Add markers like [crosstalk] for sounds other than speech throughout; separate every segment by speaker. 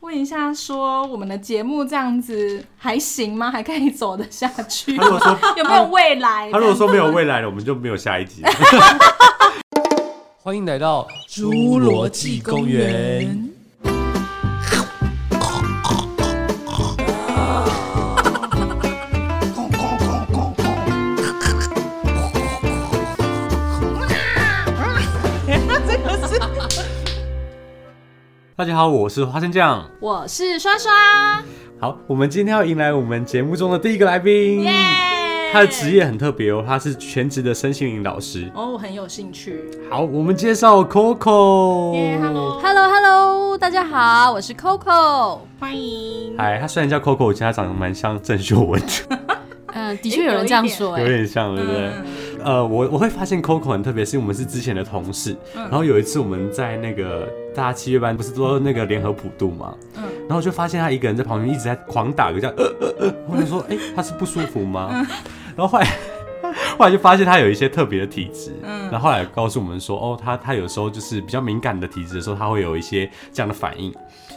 Speaker 1: 问一下，说我们的节目这样子还行吗？还可以走得下
Speaker 2: [laughs]
Speaker 1: 去
Speaker 2: 他？如果说
Speaker 1: 有没有未来？
Speaker 2: 他如果说没有未来了，我们就没有下一集。
Speaker 3: 欢迎来到
Speaker 4: 侏罗纪公园。
Speaker 2: [laughs] 大家好，我是花生酱。
Speaker 1: 我是刷刷，
Speaker 2: 好，我们今天要迎来我们节目中的第一个来宾
Speaker 1: 耶、。
Speaker 2: 他的职业很特别哦，他是全职的身心灵老师。
Speaker 1: 哦，我很有兴趣。
Speaker 2: 好，我们介绍 Coco。
Speaker 1: 耶，Hello，
Speaker 4: Hello Hello，大家好，我是 Coco。
Speaker 1: 欢迎。
Speaker 2: 嗨，他虽然叫 Coco，其实他长得蛮像郑秀文，
Speaker 4: 嗯，的确有人这样说、
Speaker 2: 有
Speaker 4: 哎，
Speaker 2: 点像，对不对？
Speaker 1: 嗯
Speaker 2: 呃，我我会发现 Coco 很特别，是因为我们是之前的同事。
Speaker 1: 嗯
Speaker 2: 然后有一次我们在那个大家七月班不是都那个联合普渡嘛，
Speaker 1: 嗯
Speaker 2: 然后就发现他一个人在旁边一直在狂打个叫呃呃呃，我就说哎、他是不舒服吗？
Speaker 1: 嗯
Speaker 2: 然后后来后来就发现他有一些特别的体质，
Speaker 1: 嗯
Speaker 2: 然后后来告诉我们说哦，他他有时候就是比较敏感的体质的时候，他会有一些这样的反应。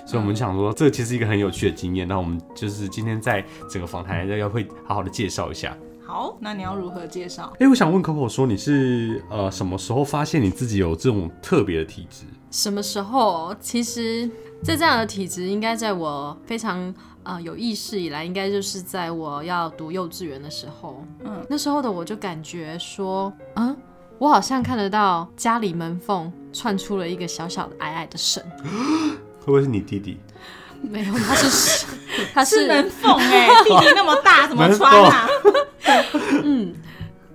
Speaker 2: 所
Speaker 1: 嗯
Speaker 2: 以我们想说，这其实是一个很有趣的经验。那我们就是今天在整个访谈要会好好的介绍一下。
Speaker 1: 好，那你要如何介绍？
Speaker 2: 哎、我想问 Coco 说，你是呃什么时候发现你自己有这种特别的体质？
Speaker 4: 什么时候？其实，在这样的体质，应该在我非常呃有意识以来，应该就是在我要读幼稚园的时候。
Speaker 1: 嗯
Speaker 4: 嗯，那时候的我就感觉说，嗯，我好像看得到家里门缝窜出了一个小小的矮矮的 [laughs] 神。
Speaker 2: 会不会是你弟弟？
Speaker 4: 没有，他是 [laughs] 他
Speaker 1: 是
Speaker 4: 是
Speaker 1: 门缝哎、弟弟那么大，怎么穿啊？
Speaker 4: 嗯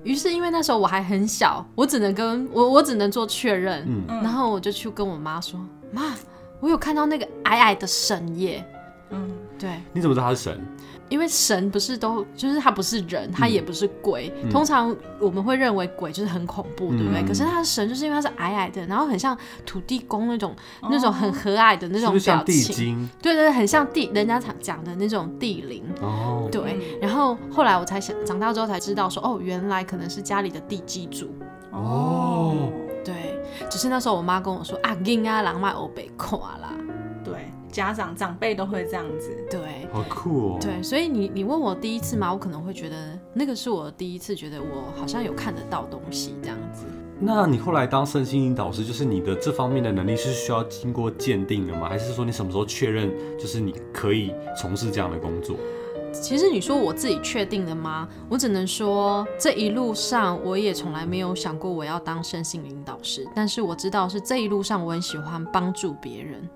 Speaker 4: 于是因为那时候我还很小，我只能跟我我只能做确认，
Speaker 2: 嗯
Speaker 1: 嗯
Speaker 4: 然后我就去跟我妈说：“妈，我有看到那个矮矮的神耶。
Speaker 1: 嗯，”
Speaker 4: 对，
Speaker 2: 你怎么知道他是神？
Speaker 4: 因为神不是都就是他不是人，他也不是鬼，
Speaker 2: 嗯
Speaker 4: 通常我们会认为鬼就是很恐怖，对不对？
Speaker 2: 嗯
Speaker 4: 可是他的神就是因为他是矮矮的，然后很像土地公那种、那种很和蔼的那
Speaker 2: 是
Speaker 4: 种
Speaker 2: 不是
Speaker 4: 表
Speaker 2: 像地
Speaker 4: 情，
Speaker 2: 精？
Speaker 4: 对对对，很像地人家常讲的那种地灵。
Speaker 2: 哦，
Speaker 4: 对
Speaker 1: 嗯，
Speaker 4: 然后后来我才想，长大之后才知道说，哦，原来可能是家里的地基主。
Speaker 2: 哦，
Speaker 4: 对，只是那时候我妈跟我说啊，囡啊，狼卖欧北垮啦。
Speaker 1: 对，家长长辈都会这样子。
Speaker 4: 对
Speaker 2: 好酷哦！
Speaker 4: 对，所以你你问我第一次嘛，我可能会觉得那个是我第一次觉得我好像有看得到东西这样子。
Speaker 2: 那你后来当身心灵导师，就是你的这方面的能力是需要经过鉴定的吗？还是说你什么时候确认，就是你可以从事这样的工作？
Speaker 4: 其实你说我自己确定的吗？我只能说这一路上我也从来没有想过我要当身心灵导师，但是我知道是这一路上我很喜欢帮助别人。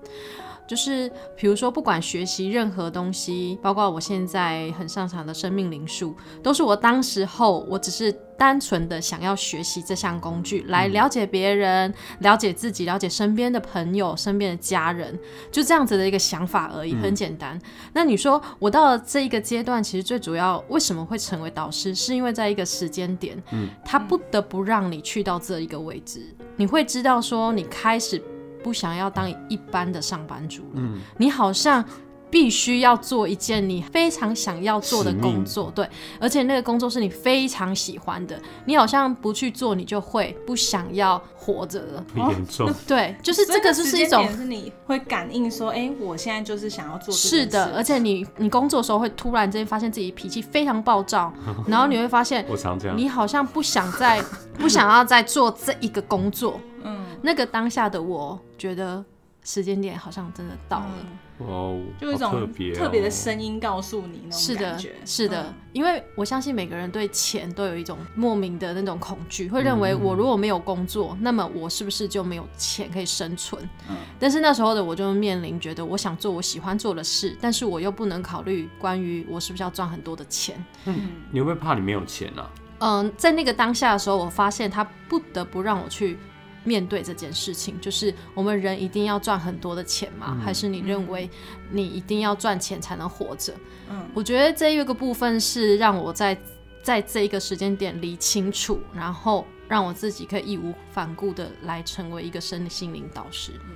Speaker 4: 就是比如说，不管学习任何东西，包括我现在很擅长的生命灵数，都是我当时候我只是单纯的想要学习这项工具，来了解别人、了解自己、了解身边的朋友、身边的家人，就这样子的一个想法而已，很简单。那你说我到了这一个阶段，其实最主要为什么会成为导师，是因为在一个时间点，
Speaker 2: 嗯
Speaker 4: 他不得不让你去到这一个位置，你会知道说你开始不想要当一般的上班族了，
Speaker 2: 嗯
Speaker 1: 哦
Speaker 4: 你好像。必须要做一件你非常想要做的
Speaker 2: 使命
Speaker 4: 工作，对，而且那个工作是你非常喜欢的，你好像不去做你就会不想要活着了，
Speaker 2: 很严重。
Speaker 4: 对，就是这个就是一种
Speaker 1: 所以那时间点是你会感应说，哎、我现在就是想要做这件事
Speaker 4: 是的，而且你你工作的时候会突然之间发现自己脾气非常暴
Speaker 1: [laughs]
Speaker 4: 躁，然后你会发现
Speaker 2: 我常这样。
Speaker 4: 你好像不想再 [laughs] 不想要再做这一个工作。
Speaker 1: 嗯，
Speaker 4: 那个当下的我觉得时间点好像真的到了。
Speaker 1: 嗯
Speaker 2: 哦，
Speaker 1: 就有一
Speaker 2: 好
Speaker 1: 种
Speaker 2: 特别哦
Speaker 1: 特别的声音告诉你那
Speaker 4: 是
Speaker 1: 种感
Speaker 4: 的
Speaker 1: 觉，，
Speaker 4: 是的，
Speaker 1: 嗯
Speaker 4: 因为我相信每个人对钱都有一种莫名的那种恐惧，会认为
Speaker 2: 嗯
Speaker 4: 我如果没有工作，那么我是不是就没有钱可以生存？
Speaker 1: 嗯
Speaker 4: 但是那时候的我就面临觉得我想做我喜欢做的事，但是我又不能考虑关于我是不是要赚很多的钱。
Speaker 2: 你会不会怕你没有钱啊？
Speaker 4: 嗯，在那个当下的时候，我发现他不得不让我去面对这件事情，就是我们人一定要赚很多的钱吗？还是你认为你一定要赚钱才能活着？
Speaker 1: 嗯
Speaker 4: 我觉得这一个部分是让我在在这一个时间点理清楚，然后让我自己可以义无反顾的来成为一个身心灵导师。
Speaker 2: 那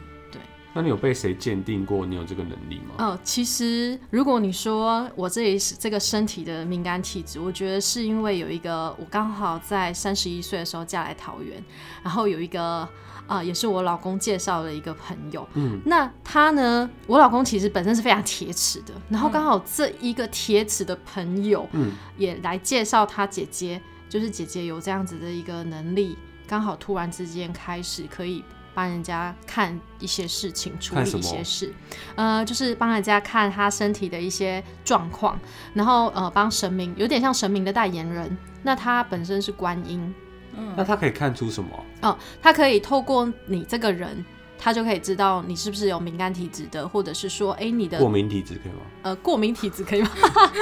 Speaker 2: 那你有被谁鉴定过你有这个能力吗？
Speaker 4: 哦，其实如果你说我这里是这个身体的敏感体质，我觉得是因为有一个呃我刚好在三十一岁的时候嫁来桃园，然后有一个呃也是我老公介绍的一个朋友，嗯，那他呢，我老公其实本身是非常铁齿的，然后刚好这一个铁齿的朋友，
Speaker 2: 嗯，
Speaker 4: 也来介绍他姐姐，就是姐姐有这样子的一个能力，刚好突然之间开始可以。帮人家看一些事情，处
Speaker 2: 看
Speaker 4: 理
Speaker 2: 什
Speaker 4: 一
Speaker 2: 么
Speaker 4: 些事，呃，就是帮人家看他身体的一些状况，然后呃，帮神明，有点像神明的代言人。那他本身是观音，
Speaker 1: 嗯
Speaker 2: 那他可以看出什么？
Speaker 4: 他可以透过你这个人，他就可以知道你是不是有敏感体质的，或者是说，哎、你的
Speaker 2: 过敏体质可以吗？
Speaker 4: 呃过敏体质可以吗？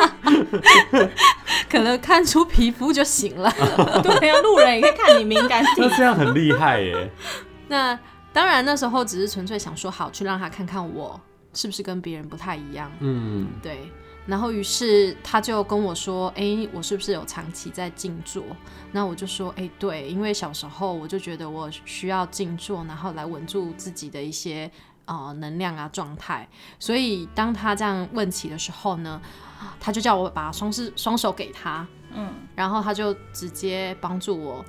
Speaker 4: [laughs] 可能看出皮肤就行了。
Speaker 1: [laughs] 对啊，路人也可以看你敏感体
Speaker 2: 那这样很厉害耶！
Speaker 4: 那当然那时候只是纯粹想说好，去让他看看我是不是跟别人不太一样。
Speaker 2: 嗯，
Speaker 4: 对，然后于是他就跟我说：“哎、我是不是有长期在静坐？”那我就说：“哎、对，因为小时候我就觉得我需要静坐，然后来稳住自己的一些呃能量啊状态。所以当他这样问起的时候呢，他就叫我把双手双手给他，
Speaker 1: 嗯，
Speaker 4: 然后他就直接帮助我。”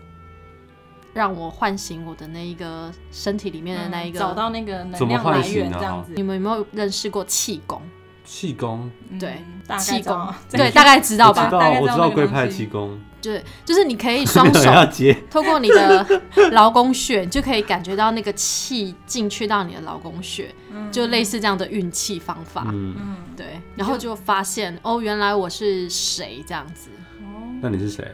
Speaker 4: 让我唤醒我的那一个身体里面的那一个，
Speaker 1: 嗯找到那个
Speaker 2: 怎
Speaker 1: 能
Speaker 2: 么
Speaker 1: 量来
Speaker 2: 唤醒
Speaker 1: 源
Speaker 2: 啊
Speaker 1: 这样子
Speaker 4: 你，们有没有认识过气
Speaker 1: [laughs]
Speaker 4: 功？
Speaker 2: 气功，
Speaker 1: 嗯
Speaker 4: 对，
Speaker 1: 大概
Speaker 4: 气
Speaker 1: 知道
Speaker 4: 功，对，大概知道
Speaker 2: 我
Speaker 4: 吧
Speaker 2: 知？
Speaker 1: 大
Speaker 2: 道，
Speaker 1: 概知道
Speaker 2: 我知
Speaker 1: 那
Speaker 2: 道
Speaker 1: 个
Speaker 2: 龟
Speaker 1: 东
Speaker 2: 派
Speaker 1: 西
Speaker 2: 气功，
Speaker 4: 就是就是你可以
Speaker 2: [laughs]
Speaker 4: 双手
Speaker 2: 要接
Speaker 4: 透过你
Speaker 2: [laughs]
Speaker 4: 的劳宫穴，你就可以感觉到那个气进去到你的劳宫穴，就类似这样的运气方法。
Speaker 2: 嗯，
Speaker 4: 对，然后就发现哦，原来我是谁这样子。
Speaker 2: 那你是谁？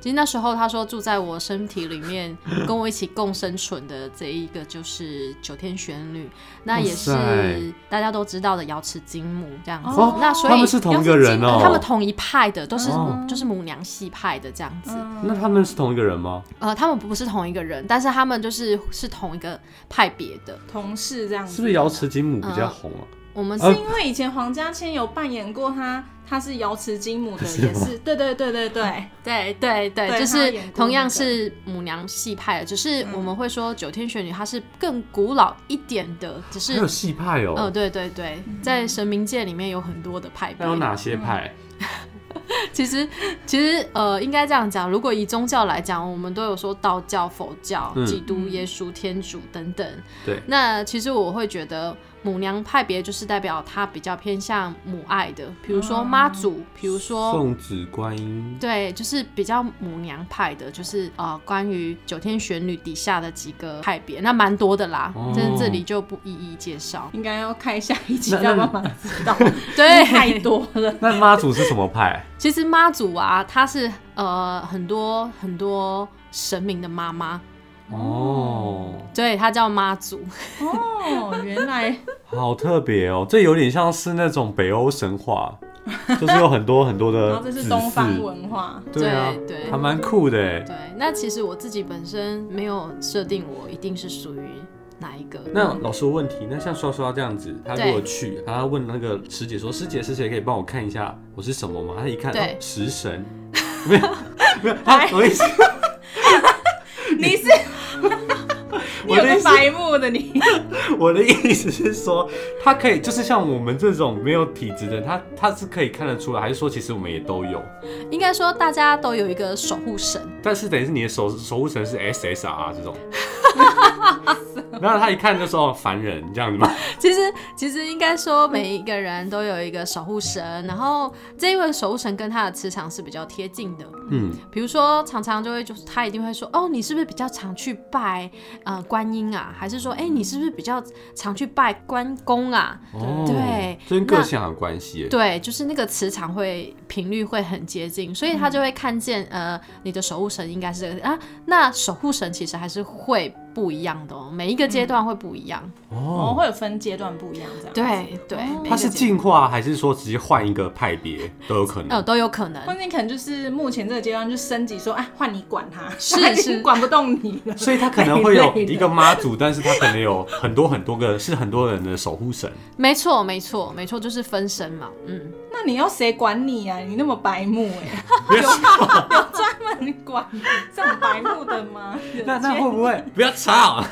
Speaker 4: 其实那时候他说住在我身体里面跟我一起共生存的这一个就是九天玄女，那也
Speaker 2: 哇
Speaker 4: 是
Speaker 2: 塞
Speaker 4: 大家都知道的瑶池金母这样子。
Speaker 1: 哦
Speaker 4: 那所
Speaker 2: 他
Speaker 4: 以
Speaker 2: 们是同一个人哦、
Speaker 4: 他们同一派的，都是、
Speaker 2: 哦
Speaker 4: 就是母娘系派的这样子。
Speaker 2: 那他们是同一个人吗？
Speaker 4: 呃，他们不是同一个人，但是他们就是是同一个派别的。
Speaker 1: 同事这样子，
Speaker 2: 是不是瑶池金母比较红啊？
Speaker 4: 我们是、
Speaker 1: 是因为以前黄家千有扮演过他，他是瑶池金母的，
Speaker 2: [laughs] 是吗
Speaker 1: 也是对对对对对，
Speaker 4: 对对对，
Speaker 1: 对
Speaker 4: 就
Speaker 1: 他
Speaker 4: 是
Speaker 1: 演过
Speaker 4: 同样
Speaker 1: 那个嗯
Speaker 4: 是母娘系派的，只是我们会说九天玄女她是更古老一点的，只
Speaker 2: 还
Speaker 4: 是
Speaker 2: 有戏派哦、
Speaker 4: 呃，对对对，
Speaker 1: 嗯
Speaker 4: 在神明界里面有很多的派
Speaker 2: 那。
Speaker 4: 别
Speaker 2: 有哪些派？
Speaker 1: 嗯
Speaker 4: 其实其实呃，应该这样讲，如果以宗教来讲，我们都有说道教、佛教、
Speaker 2: 嗯
Speaker 4: 基督、耶稣、天主等等。
Speaker 2: 对
Speaker 4: 那其实我会觉得母娘派别就是代表她比较偏向母爱的，比如说妈祖，比如说。
Speaker 2: 送子观音，
Speaker 4: 对，就是比较母娘派的，就是呃，关于九天玄女底下的几个派别，那蛮多的啦，
Speaker 2: 哦
Speaker 4: 但是这里就不一一
Speaker 1: [laughs]
Speaker 4: 介绍。
Speaker 1: 应该要开下一集
Speaker 2: 那
Speaker 1: 再
Speaker 2: 那
Speaker 1: 慢慢知道，
Speaker 4: [laughs] 对，
Speaker 1: 太多了。
Speaker 2: 那妈祖是什么
Speaker 1: [laughs]
Speaker 2: 派？
Speaker 4: 其实妈祖啊，她是呃很多很多神明的妈妈，
Speaker 2: 哦，
Speaker 4: 对，她叫妈祖。
Speaker 1: 哦，原来
Speaker 2: 好特别哦、这有点像是那种北欧神
Speaker 1: [laughs]
Speaker 2: 话，就是有很多很多
Speaker 1: 然
Speaker 2: 的
Speaker 1: 后这
Speaker 2: 子
Speaker 1: 是
Speaker 2: 嗣。
Speaker 1: 东方文化，
Speaker 2: 对啊
Speaker 4: 对，对
Speaker 2: 还蛮酷的耶。
Speaker 4: 对，那其实我自己本身没有设定我一定是属于哪一个。
Speaker 2: 那老师有问题，那像刷刷这样子，他如
Speaker 4: 对
Speaker 2: 果去，然后他问那个师姐说：“师姐是谁？可以帮我看一下我是什么吗？”他一看，
Speaker 4: 对
Speaker 2: 哦食神， [laughs] 没有没有，他我的意思，
Speaker 1: 你是你
Speaker 2: 我
Speaker 1: 有
Speaker 2: 的意
Speaker 1: 个
Speaker 2: 思，
Speaker 1: 白目的你，
Speaker 2: 我的意思是说，他可以就是像我们这种没有体质的，他他是可以看得出来，还是说其实我们也都有？
Speaker 4: 应该说大家都有一个守护神，
Speaker 2: 但是等于是你的守守护神是 SSR
Speaker 4: [laughs]
Speaker 2: 这种，然后他一看就说哦凡人这样子嘛，
Speaker 4: 其实其实应该说每一个人都有一个守护神，然后这一位守护神跟他的磁场是比较贴近的。
Speaker 2: 嗯，
Speaker 4: 比如说，常常就会就是他一定会说，哦，你是不是比较常去拜呃观音啊？还是说，哎、你是不是比较常去拜关公啊？
Speaker 2: 哦
Speaker 4: 对
Speaker 2: 这跟个性很有关系耶。
Speaker 4: 对，就是那个磁场会频率会很接近，所以他就
Speaker 2: 嗯
Speaker 4: 会看见呃你的守护神应该是这个啊。那守护神其实还是会不一样的哦，每一个
Speaker 2: 嗯
Speaker 4: 阶段会不一样。
Speaker 1: 哦，
Speaker 2: 哦，
Speaker 1: 会有分阶段不一样这样。，
Speaker 4: 对对，每一
Speaker 2: 他
Speaker 4: 个
Speaker 2: 是
Speaker 4: 阶
Speaker 2: 进化还是说直接换一个派别都有可能？
Speaker 4: 呃都有可能。
Speaker 1: 关键可能就是目前这个阶段就升级说，哎，换你管他，
Speaker 4: 是
Speaker 1: 他已 [laughs] 经
Speaker 4: 是
Speaker 1: 管不动你了。
Speaker 2: 所以他可能会有
Speaker 1: 太累了
Speaker 2: 一个妈祖，但是他可能有很多很多个 [laughs] 是很多人的守护神。
Speaker 4: 没错没错没错，就是分身嘛。嗯，
Speaker 1: 那你要谁管你啊？你那么白目 [laughs] 哎、
Speaker 2: 不要吵，
Speaker 1: 有专门管
Speaker 4: [laughs]
Speaker 1: 这种白目的吗？
Speaker 2: 那那会不会不要吵？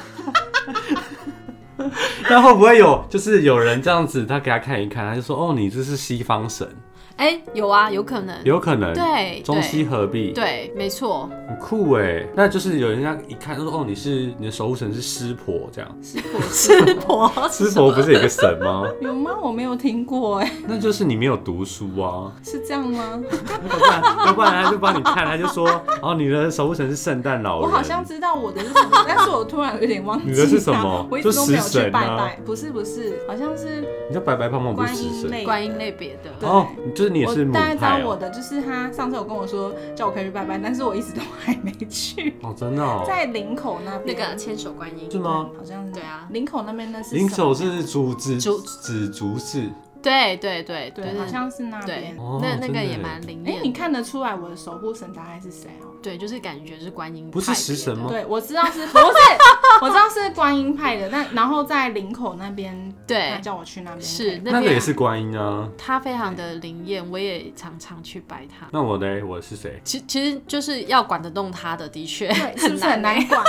Speaker 2: [laughs] 那会不会有就是有人这样子，他给他看一看，他就说哦，你这是西方神，
Speaker 4: 哎、有啊，有可能，
Speaker 2: 有可能，
Speaker 4: 对
Speaker 2: 中西合璧，
Speaker 4: 对，没错，
Speaker 2: 很酷哎。那就是有人家一看就说哦，你是你的守护神是湿婆这样，
Speaker 4: [laughs] 湿婆，
Speaker 2: 湿婆不是有一个神吗？
Speaker 1: [laughs] 有吗？我没有听过哎、
Speaker 2: 那就是你没有读书啊，
Speaker 1: 是这样吗？
Speaker 2: [laughs] 要不然要不然他就帮你看，他就说 [laughs] 哦，你的守护神是圣诞老
Speaker 1: 我
Speaker 2: 人，
Speaker 1: 好像知道我的是什么，但是我突然有点忘记它。
Speaker 2: 你的是什么
Speaker 1: 我一直都没有去拜
Speaker 2: 就食神
Speaker 1: 拜
Speaker 2: 啊。
Speaker 1: 不是不是，好像是
Speaker 2: 你叫白白胖胖不是
Speaker 1: 观
Speaker 2: 食
Speaker 1: 音
Speaker 2: 神
Speaker 1: 类。
Speaker 4: 观音类别的，
Speaker 1: 对
Speaker 2: 哦，就是你也
Speaker 1: 我
Speaker 2: 是母
Speaker 1: 大概知道
Speaker 2: 派
Speaker 1: 我
Speaker 2: 哦，
Speaker 1: 的就是他上次有跟我说叫我可以去拜拜，但是我一直都还没去，
Speaker 2: 哦真的哦，
Speaker 1: 在林口那
Speaker 4: 那
Speaker 1: 边。
Speaker 4: 个千手观音
Speaker 2: 是，吗？
Speaker 1: 对好像是
Speaker 4: 对啊
Speaker 1: 林口那边那是
Speaker 2: 灵
Speaker 1: 什么
Speaker 2: 手哦是竹子
Speaker 4: 竹
Speaker 2: 紫竹寺，
Speaker 4: 对对对
Speaker 1: 对，好像是那
Speaker 4: 对
Speaker 1: 边。，
Speaker 2: 哦
Speaker 4: 那
Speaker 2: 真
Speaker 4: 那
Speaker 2: 的
Speaker 4: 个也
Speaker 2: 耶
Speaker 4: 蛮灵
Speaker 1: 哎、你
Speaker 4: 验的，
Speaker 1: 看得出来我的守护神大概是谁哦？
Speaker 4: 对，就是感觉是观音，
Speaker 2: 不是食神吗
Speaker 1: 对，我知道是不是， [laughs] 我知道是观音派的，但然后在林口那边，
Speaker 4: 对
Speaker 1: 他叫我去那边，
Speaker 4: 是
Speaker 2: 那
Speaker 4: 那
Speaker 2: 个也
Speaker 4: 边
Speaker 2: 是观音啊。
Speaker 4: 它非常的灵验，我也常常去拜它。
Speaker 2: 那我呢？我
Speaker 1: [laughs]
Speaker 2: 是谁？
Speaker 4: 其其实就是要管得动它的，的 [laughs] 确哎
Speaker 1: 对，是不是很
Speaker 4: 很
Speaker 1: 难
Speaker 2: [laughs]
Speaker 1: 管？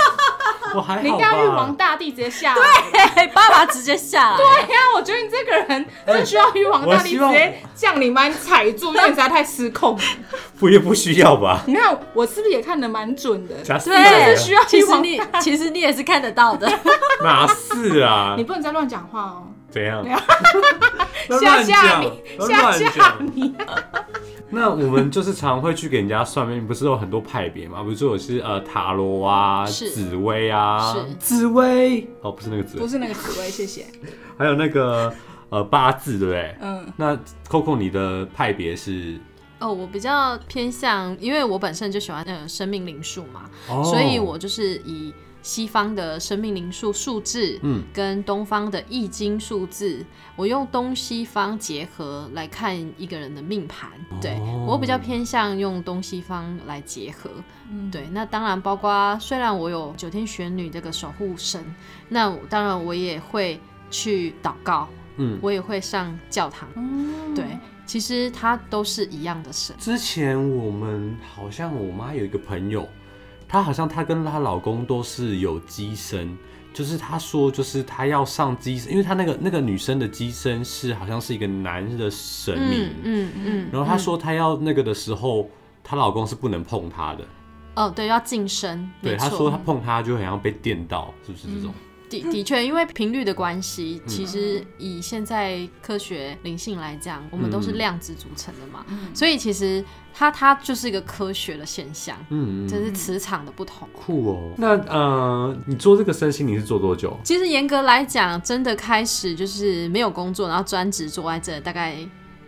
Speaker 2: 我还
Speaker 1: 你
Speaker 2: 好
Speaker 1: 应该要玉皇
Speaker 2: 吧。
Speaker 1: 大帝直接下来。 [laughs]
Speaker 4: 欸爸爸直接下来。对，
Speaker 1: 对呀，我觉得你这个人真需要玉皇大帝
Speaker 2: 哎我希
Speaker 1: 直
Speaker 2: 望
Speaker 1: 接降临把你踩住，那你实在太失控了。
Speaker 2: 不也不需要吧？
Speaker 1: 你看我是不是也看得蛮准的？
Speaker 2: 假死
Speaker 1: 对
Speaker 2: 了
Speaker 1: 就是需要
Speaker 4: 其
Speaker 1: 一
Speaker 4: 实
Speaker 1: 网
Speaker 4: 你其实你也是看得到的，
Speaker 2: 哪是啊
Speaker 1: 你？不能再乱讲话哦，
Speaker 2: 怎样？ [laughs] 不要
Speaker 1: 吓 [laughs] 吓
Speaker 2: 乱讲
Speaker 1: 你，
Speaker 2: 不要
Speaker 1: 吓
Speaker 2: 乱
Speaker 1: 吓
Speaker 2: 讲。
Speaker 1: 你。 [laughs]
Speaker 2: 那我们就是常会去给人家算命，不是有很多派别嘛？比如说我是呃塔罗啊、
Speaker 4: 是
Speaker 2: 紫薇啊
Speaker 4: 是、
Speaker 2: 紫薇哦，不是那个紫
Speaker 1: 不
Speaker 2: 薇，
Speaker 1: 是那个紫薇，谢谢。
Speaker 2: 还有那个呃八字，对不对？
Speaker 1: 嗯，
Speaker 2: 那 Coco 你的派别是？
Speaker 4: [laughs] 哦，我比较偏向，因为我本身就喜欢呃生命灵数嘛，
Speaker 2: 哦
Speaker 4: 所以我就是以西方的生命灵数数字，
Speaker 2: 嗯
Speaker 4: 跟东方的易经数字，我用东西方结合来看一个人的命盘。对
Speaker 2: 哦
Speaker 4: 我比较偏向用东西方来结合。
Speaker 1: 嗯
Speaker 4: 对，那当然包括虽然我有九天玄女这个守护神，那我当然我也会去祷告，
Speaker 2: 嗯，
Speaker 4: 我也会上教堂。对，其实它都是一样的神。
Speaker 2: 之前我们好像我妈有一个朋友，她好像她跟她老公都是有机身，就是她说就是她要上机身，因为她那个那个女生的机身是好像是一个男的神明，
Speaker 4: 嗯嗯嗯。
Speaker 2: 然后她说她要那个的时候，她老公是不能碰她的，
Speaker 4: 哦，对，要晋升。
Speaker 2: 对，
Speaker 4: 没
Speaker 2: 她
Speaker 4: 错
Speaker 2: 说她碰她就很像被电到，是不是这种？
Speaker 4: 的的确，因为频率的关系，其实以现在科学灵性来讲，我们都是量子组成的嘛，所以其实它它就是一个科学的现象，
Speaker 2: 嗯，
Speaker 4: 这是磁场的不同。
Speaker 2: 酷哦。那呃，你做这个身心你是做多久？
Speaker 4: 其实严格来讲，真的开始就是没有工作，然后专职做在这大概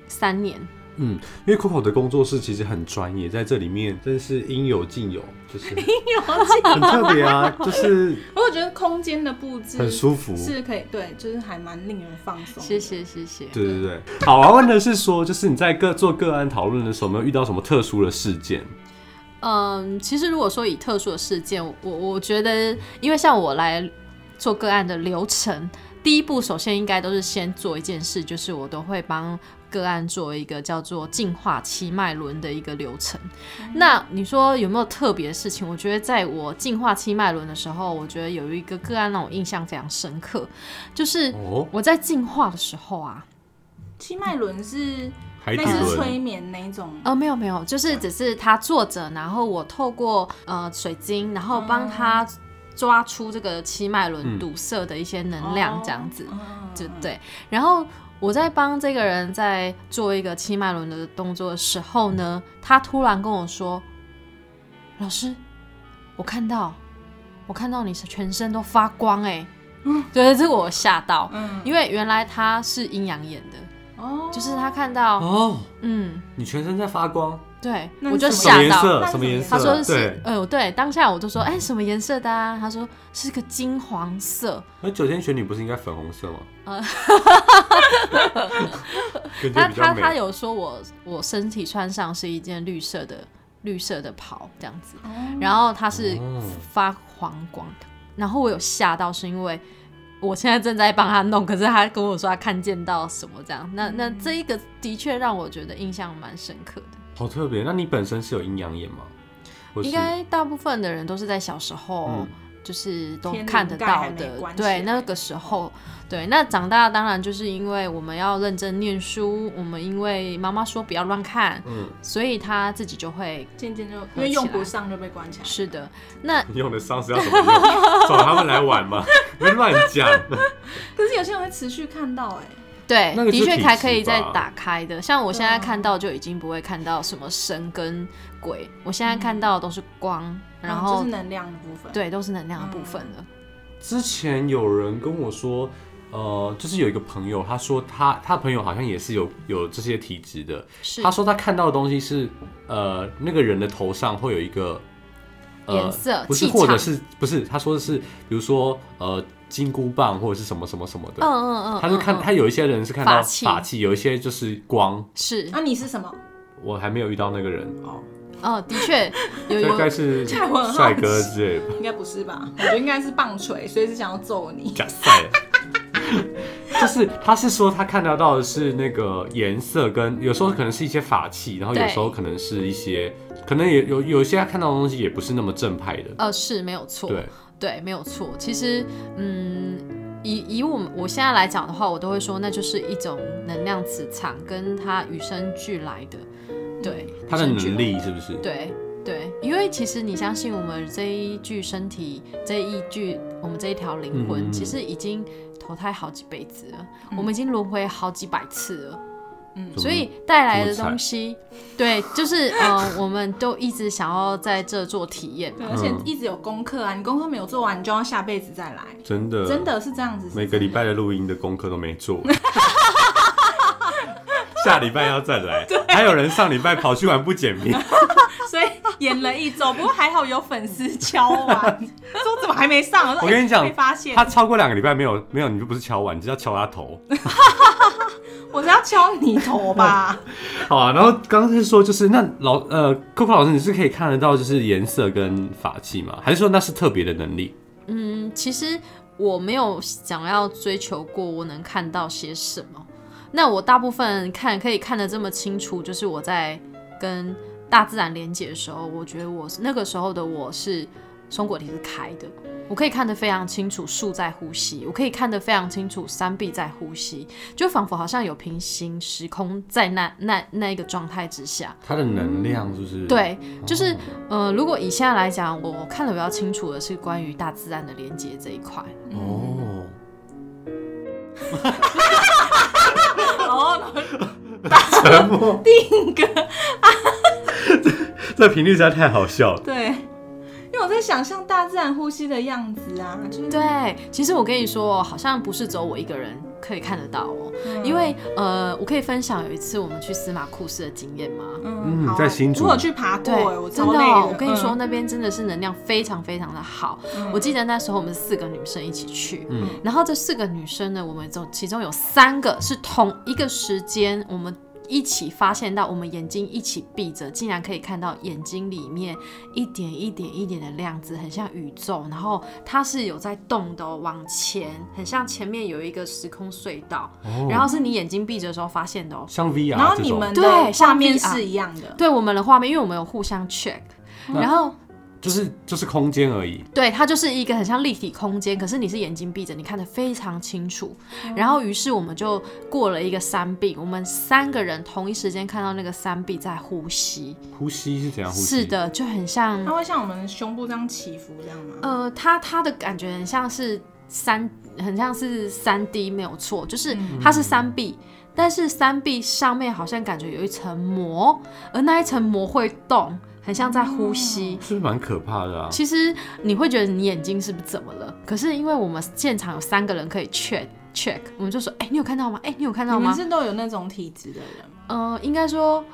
Speaker 4: 三年。
Speaker 2: 嗯，因为 Coco 的工作室其实很专业，在这里面真是应有尽有，
Speaker 4: [laughs]
Speaker 2: 就是。很特别啊，就是
Speaker 1: 我觉得空间的布置
Speaker 2: 很舒服。
Speaker 1: 是可以，对，就是还蛮令人放松。
Speaker 4: 谢谢谢谢。
Speaker 2: 对对对，好啊。问的是说，就是你在个做个案讨论的时候，有没有遇到什么特殊的事件？
Speaker 4: 嗯，其实如果说以特殊的事件，我我觉得，因为像我来做个案的流程，第一步首先应该都是先做一件事，就是我都会帮个案做一个叫做净化七脉轮的一个流程。那你说有没有特别的事情？我觉得在我净化七脉轮的时候，我觉得有一个个案让我印象非常深刻，就是
Speaker 2: 哦，
Speaker 4: 我在净化的时候啊，
Speaker 1: 七脉轮是
Speaker 2: 海底
Speaker 1: 类似
Speaker 2: 轮
Speaker 1: 催眠那一种，
Speaker 4: 呃，没有没有，就是只是他坐着，然后我透过呃水晶，然后帮他抓出这个七脉轮
Speaker 2: 嗯
Speaker 4: 堵塞的一些能量，这样子，
Speaker 1: 哦
Speaker 4: 就对。然后我在帮这个人在做一个七脉轮的动作的时候呢，他突然跟我说：“老师，我看到，我看到你全身都发光、欸，哎，对，这个我吓到，
Speaker 1: 嗯，
Speaker 4: 因为原来他是阴阳眼的，
Speaker 1: 哦，
Speaker 4: 就是他看到，
Speaker 2: 哦，
Speaker 4: 嗯。”
Speaker 2: 你全身在发光，
Speaker 4: 对，
Speaker 1: 那
Speaker 4: 我
Speaker 1: 是
Speaker 4: 就
Speaker 1: 什么
Speaker 4: 吓
Speaker 2: 颜
Speaker 4: 到，
Speaker 2: 色？
Speaker 1: 那
Speaker 2: 什么颜色？
Speaker 4: 他说
Speaker 2: 对
Speaker 4: 是，，呃，对，当下我就说，哎、什么颜色的啊？他说是个金黄色，
Speaker 2: 那九天玄女不是应该粉红色吗？
Speaker 4: 呃
Speaker 2: [laughs] 感觉比
Speaker 4: 他他
Speaker 2: 较
Speaker 4: 他
Speaker 2: 美。
Speaker 4: 有说我我身体穿上是一件绿色的绿色的袍这样
Speaker 1: 哦
Speaker 4: 子，然后它是
Speaker 2: 哦
Speaker 4: 发黄光的，然后我有吓到，是因为我现在正在帮他弄，可是他跟我说他看见到什么这样，那那
Speaker 1: 嗯
Speaker 4: 这一个的确让我觉得印象蛮深刻的。
Speaker 2: 好特别。那你本身是有阴阳眼吗？或是
Speaker 4: 应该大部分的人都是在小时候
Speaker 2: 嗯
Speaker 4: 就是都
Speaker 1: 天灵
Speaker 4: 看得
Speaker 1: 盖
Speaker 4: 到
Speaker 1: 还没
Speaker 4: 的
Speaker 1: 关。
Speaker 4: 对，
Speaker 1: 起
Speaker 4: 那
Speaker 1: 来
Speaker 4: 个时候，对，那长大当然就是因为我们要认真念书，我们因为妈妈说不要乱看，
Speaker 2: 嗯，
Speaker 4: 所以他自己就会。
Speaker 1: 渐渐就因
Speaker 4: 合
Speaker 1: 为用
Speaker 4: 起来
Speaker 1: 不上就被关起来。
Speaker 4: 是的，那
Speaker 2: 用的上是要怎么用？找他们来玩
Speaker 4: [laughs]
Speaker 2: 吗？别乱讲。
Speaker 1: 可是有些人会持续看到、哎，
Speaker 4: 对，
Speaker 2: 那个就
Speaker 4: 的
Speaker 2: 是
Speaker 4: 确
Speaker 2: 体
Speaker 4: 还
Speaker 2: 质
Speaker 4: 可以再
Speaker 2: 吧
Speaker 4: 打开的。像我
Speaker 1: 对
Speaker 4: 现在
Speaker 1: 啊
Speaker 4: 看到就已经不会看到什么神跟鬼，我现在看到的都是光，然
Speaker 1: 嗯就
Speaker 4: 后
Speaker 1: 是嗯能量的部分。，
Speaker 4: 对，都是能量的部分了。
Speaker 2: 之前有人跟我说，呃，就是有一个朋友，他说他他朋友好像也是有有这些体质的。
Speaker 4: 是
Speaker 2: 他说他看到的东西是，呃，那个人的头上会有一个。呃
Speaker 4: 颜色
Speaker 2: 不是，
Speaker 4: 气
Speaker 2: 或者
Speaker 4: 场
Speaker 2: 是不是？他说的是，比如说，呃，金箍棒或者是什么什么什么
Speaker 4: 嗯
Speaker 2: 的。
Speaker 4: 嗯嗯，
Speaker 2: 他是
Speaker 4: 嗯
Speaker 2: 看，
Speaker 4: 嗯
Speaker 2: 他有一些人是看到
Speaker 4: 法器
Speaker 2: 法器，有一些就是光。
Speaker 4: 是
Speaker 1: 那、啊你是什么？
Speaker 2: 我还没有遇到那个人，
Speaker 1: 哦，
Speaker 4: 哦，的
Speaker 2: [laughs]
Speaker 4: 确有
Speaker 2: 大概
Speaker 4: 有
Speaker 2: 是
Speaker 1: 这样我很好奇
Speaker 2: 帅哥之类的吧。
Speaker 1: 应该不是吧？我觉得应该是棒槌，所以是想要揍你。
Speaker 2: 假赛。 [laughs] 就是，他是说他看得到的是那个颜色跟，有时候可能是一些法器，然后有
Speaker 4: 对
Speaker 2: 时候可能是一些，可能也有有一些他看到的东西也不是那么正派的，
Speaker 4: 呃是没有错，
Speaker 2: 对，
Speaker 4: 对，没有错。其实，嗯，以以我们我现在来讲的话，我都会说那就是一种能量磁场，跟它与生俱来的，对，
Speaker 2: 他嗯的
Speaker 4: 与生俱来
Speaker 2: 能力是不是？
Speaker 4: 对对，因为其实你相信我们这一具身体，这一具我们这一条灵魂，
Speaker 2: 嗯
Speaker 4: 其实已经投胎好几辈子了，
Speaker 1: 嗯
Speaker 4: 我们已经轮回好几百次了。
Speaker 1: 嗯
Speaker 4: 所以带来的
Speaker 2: 这么
Speaker 4: 东西，对，就是呃，我们都一直想要在这做体验嘛
Speaker 1: 对，而且
Speaker 2: 嗯
Speaker 1: 一直有功课啊，你功课没有做完，你就要下辈子再来。
Speaker 2: 真的，
Speaker 1: 真，的是这样子，
Speaker 2: 每个礼拜的录音的功课都没做，下礼拜要再来，还有人上礼拜跑去玩不减评，
Speaker 1: 所以演了一周，不过还好有粉丝敲完，说怎么还没上？我说
Speaker 2: 我跟你讲
Speaker 1: 哎被发现
Speaker 2: 他，超过两个礼拜没有没有，你就不是敲完，你就要敲他头。
Speaker 1: 我是要敲你头
Speaker 2: [laughs]
Speaker 1: 吧？
Speaker 2: 好啊，然后刚刚是说就是那老呃，扣扣老师，你是可以看得到就是颜色跟法器吗？还是说那是特别的能力？
Speaker 4: 嗯，其实我没有想要追求过我能看到些什么。那我大部分看可以看得这么清楚，就是我在跟大自然连接的时候，我觉得我是那个时候的我是松果体是开的，我可以看得非常清楚树在呼吸，我可以看得非常清楚山壁在呼吸，就仿佛好像有平行时空在那那那一个状态之下。
Speaker 2: 它的能量是不是？，
Speaker 4: 嗯
Speaker 2: 哦
Speaker 4: 对，就是呃，如果以现在来讲，我我看得比较清楚的是关于大自然的连接这一块。
Speaker 2: 哦，
Speaker 1: 然后呢
Speaker 2: 沉默
Speaker 1: 定格，
Speaker 2: 这频率实在太好笑了。
Speaker 1: 对，因为我在想象大自然呼吸的样子啊，就是
Speaker 4: 对，其实我跟你说哦，好像不是只有我一个人可以看得到哦，
Speaker 1: 嗯
Speaker 4: 因为呃，我可以分享有一次我们去司马库斯的经验吗？
Speaker 1: 嗯
Speaker 2: 嗯
Speaker 1: 好啊
Speaker 2: 在新竹
Speaker 1: 我有去爬过，
Speaker 4: 对
Speaker 1: 哎我，
Speaker 4: 真
Speaker 1: 超
Speaker 4: 的
Speaker 1: 累
Speaker 4: 哦、我跟你说，
Speaker 1: 嗯
Speaker 4: 那边真的是能量非常非常的好。我记得那时候我们四个女生一起去，
Speaker 2: 嗯
Speaker 4: 然后这四个女生呢，我们总其中有三个是同一个时间，我们一起发现到我们眼睛一起闭着，竟然可以看到眼睛里面一点一点一点的量子，很像宇宙，然后它是有在动的、哦，往前，很像前面有一个时空隧道，
Speaker 2: 哦
Speaker 4: 然后是你眼睛闭着的时候发现的哦。
Speaker 2: 像 VR
Speaker 1: 然后
Speaker 2: 啊这
Speaker 1: 你
Speaker 2: 种
Speaker 1: 们
Speaker 4: 对
Speaker 1: 的
Speaker 4: 像
Speaker 1: 画面
Speaker 4: VR
Speaker 1: 是一样的，
Speaker 4: 对我们的画面，因为我们有互相 check，然后
Speaker 2: 就是就是空间而已。
Speaker 4: 对，它就是一个很像立体空间，可是你是眼睛闭着，你看得非常清楚。然后，于是我们就过了一个山壁，我们三个人同一时间看到那个山壁在呼吸，
Speaker 2: 呼吸是怎样呼吸？
Speaker 4: 是，的，就很
Speaker 1: 它
Speaker 4: 像，
Speaker 1: 会像我们胸部这样起伏这样吗？
Speaker 4: 呃，它它的感觉很像是三，很像是三 D，没有错，就是它是三壁。但是三壁上面好像感觉有一层膜，而那一层膜会动，很像在呼吸。
Speaker 2: 是不是蛮可怕的啊？
Speaker 4: 其实你会觉得你眼睛是不是怎么了？可是因为我们现场有三个人可以 check check，我们就说，哎、你有看到吗？哎、你有看到
Speaker 1: 你们
Speaker 4: 吗？
Speaker 1: 是都有那种体质的人吗？
Speaker 4: 嗯、应该说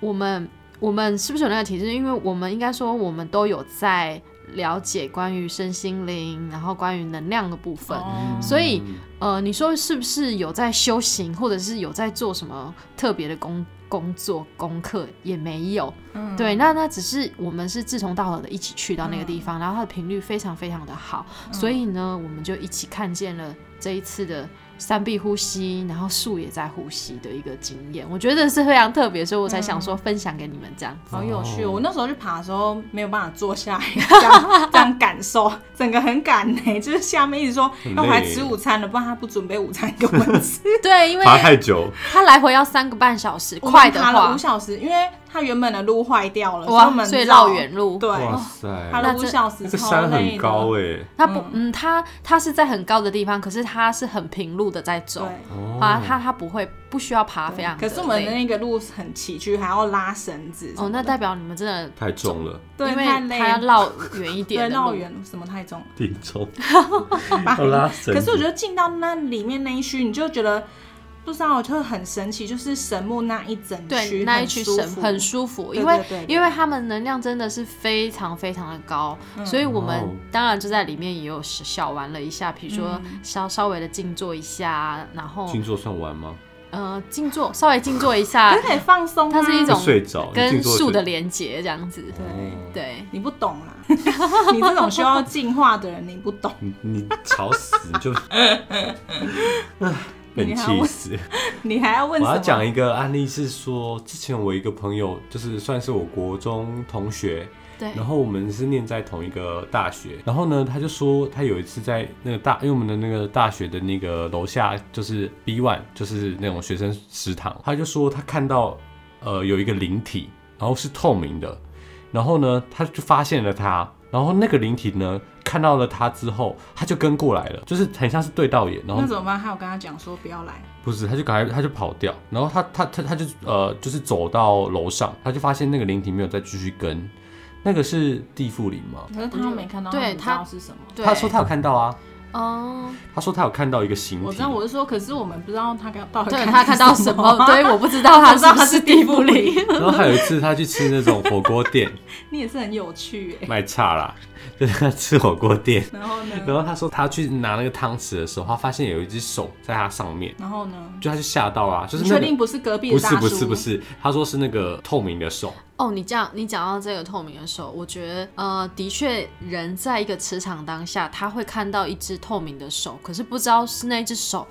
Speaker 4: 我们我们是不是有那个体质？因为我们应该说我们都有在了解关于身心灵，然后关于能量的部分。
Speaker 1: 哦
Speaker 4: 所以，
Speaker 2: 嗯
Speaker 4: 呃，你说是不是有在修行，或者是有在做什么特别的工工作功课？也没有，
Speaker 1: 嗯
Speaker 4: 对，那那只是我们是志同道合的，一起去到那个
Speaker 1: 嗯
Speaker 4: 地方，然后它的频率非常非常的好，所以呢，我们就一起看见了这一次的三臂呼吸，然后树也在呼吸的一个经验，我觉得是非常特别，所以我才想说
Speaker 1: 嗯
Speaker 4: 分享给你们这样。
Speaker 1: 好有趣、
Speaker 2: 哦
Speaker 1: 哦！我那时候去爬的时候没有办法坐下来， [laughs] 这样这样感受，整个很赶呢、就是下面一直说
Speaker 2: 很累
Speaker 1: 要回来吃午餐了，不然他不准备午餐给我们
Speaker 2: [laughs]
Speaker 1: 吃。
Speaker 4: 对，因为
Speaker 2: 爬太久，
Speaker 4: 它来回要三个半小时，快的
Speaker 1: 我们爬了
Speaker 4: 话
Speaker 1: 五，小时，因为他原本的路坏掉了，所以我
Speaker 4: 哇，
Speaker 1: 们
Speaker 4: 所以
Speaker 1: 绕
Speaker 4: 绕远路。
Speaker 1: 对，
Speaker 2: 哇塞，
Speaker 1: 爬了五小时，
Speaker 2: 这
Speaker 1: 超
Speaker 2: 山
Speaker 1: 累
Speaker 2: 很
Speaker 1: 的
Speaker 2: 高哎，
Speaker 4: 它不，嗯，它它是在很高的地方，可是它是很平路的在走
Speaker 1: 对。
Speaker 2: 哦
Speaker 4: 啊，它它不会不需要爬非常的
Speaker 1: 可
Speaker 4: 累。
Speaker 1: 是我们的那个路很崎岖，还要拉绳子什
Speaker 4: 哦，
Speaker 1: 么
Speaker 4: 那
Speaker 1: 的。
Speaker 4: 代表你们真的，
Speaker 2: 太重了，
Speaker 1: 对，
Speaker 4: 因为
Speaker 1: 太累
Speaker 4: 它要
Speaker 1: 了，
Speaker 4: 绕远一
Speaker 1: 对，
Speaker 4: 点的
Speaker 1: 绕
Speaker 4: 路。
Speaker 1: 远什么太重了。
Speaker 2: 挺
Speaker 1: [laughs]
Speaker 2: 重，
Speaker 1: 吧
Speaker 2: 要拉绳子。
Speaker 1: 可是我觉得进到那里面那一区，你就觉得不知道，就很神奇，就是神木那一整
Speaker 4: 对，
Speaker 1: 区
Speaker 4: 那一
Speaker 1: 很
Speaker 4: 区
Speaker 1: 舒
Speaker 4: 神
Speaker 1: 服
Speaker 4: 很舒服，
Speaker 1: 对
Speaker 4: 因为
Speaker 1: 对对对
Speaker 4: 因为他们能量真的是非常非常的高，
Speaker 1: 嗯
Speaker 4: 所以我
Speaker 2: 哇哦
Speaker 4: 们当然就在里面也有小小玩了一下，比如说
Speaker 1: 嗯
Speaker 4: 稍稍微的静坐一下，然后
Speaker 2: 静坐算玩吗？
Speaker 4: 呃静坐稍微静坐一
Speaker 1: [laughs]
Speaker 4: 下
Speaker 1: 就，可以放松、啊。
Speaker 4: 它是一
Speaker 2: 会
Speaker 4: 种
Speaker 2: 睡着，你
Speaker 4: 跟
Speaker 2: 静坐会
Speaker 4: 树的
Speaker 2: 睡
Speaker 4: 连接这样子，
Speaker 2: 哦
Speaker 4: 对。
Speaker 1: 你不懂啦， [laughs] 你这种需要进化的人，你不懂。 [laughs]
Speaker 2: 你你吵死你就，啊被你
Speaker 1: 你还
Speaker 2: 气
Speaker 1: 问
Speaker 2: 死。
Speaker 1: 你还要问
Speaker 2: 我
Speaker 1: 什
Speaker 2: 要
Speaker 1: 么？
Speaker 2: 讲一个案例是说，之前我一个朋友就是算是我国中同学，
Speaker 4: 对，
Speaker 2: 然后我们是念在同一个大学，然后呢，他就说他有一次在那个大，因为我们的那个大学的那个楼下就是 B one，就是那种学生食堂，他就说他看到呃有一个灵体，然后是透明的，然后呢，他就发现了他，然后那个灵体呢看到了他之后，他就跟过来了，就是很像是对到眼，然后
Speaker 1: 那怎么办？还有跟他讲说不要来，
Speaker 2: 不是，他就赶快，他就跑掉，然后他他他他就呃，就是走到楼上，他就发现那个灵体没有再继续跟，那个是地缚灵吗？
Speaker 1: 可是他没看到，
Speaker 4: 对
Speaker 1: 不知
Speaker 4: 他
Speaker 1: 道是什么。
Speaker 4: 对
Speaker 2: 他说他有看到啊，
Speaker 4: 哦，
Speaker 2: 他说他有看到一个形体，
Speaker 1: 我知道，我是说，可是我们不知道他看到底
Speaker 4: 对他看到什
Speaker 1: [laughs]
Speaker 4: 么？
Speaker 1: 啊
Speaker 4: 对，我不知道他
Speaker 1: 我不知道
Speaker 4: 是不
Speaker 1: 他
Speaker 4: 是
Speaker 1: 是
Speaker 4: 地
Speaker 1: 地
Speaker 4: 不
Speaker 1: 不
Speaker 4: 灵
Speaker 1: 灵。
Speaker 2: 然后还有一次他去吃那种火锅店
Speaker 1: [laughs] 你也是很有趣哎、
Speaker 2: 卖差
Speaker 4: [laughs]
Speaker 2: 啦，就是他吃火锅店，
Speaker 1: 然后
Speaker 2: [laughs]
Speaker 1: 呢？
Speaker 2: 然后他说他去拿那个汤匙的时候，他发现有一只手在他上面，
Speaker 1: 然后呢？
Speaker 2: 就他就吓到啦，就是
Speaker 1: 你
Speaker 2: 那
Speaker 1: 确
Speaker 2: 个
Speaker 1: 定不是隔壁
Speaker 2: 不
Speaker 1: 的大
Speaker 2: 是
Speaker 1: 叔？
Speaker 2: 不是不是，他说是那个透明的手，
Speaker 4: 哦，你这样你讲到这个透明的手，我觉得呃，的确人在一个磁场当下，他会看到一只透明的手，可是不知道是那只手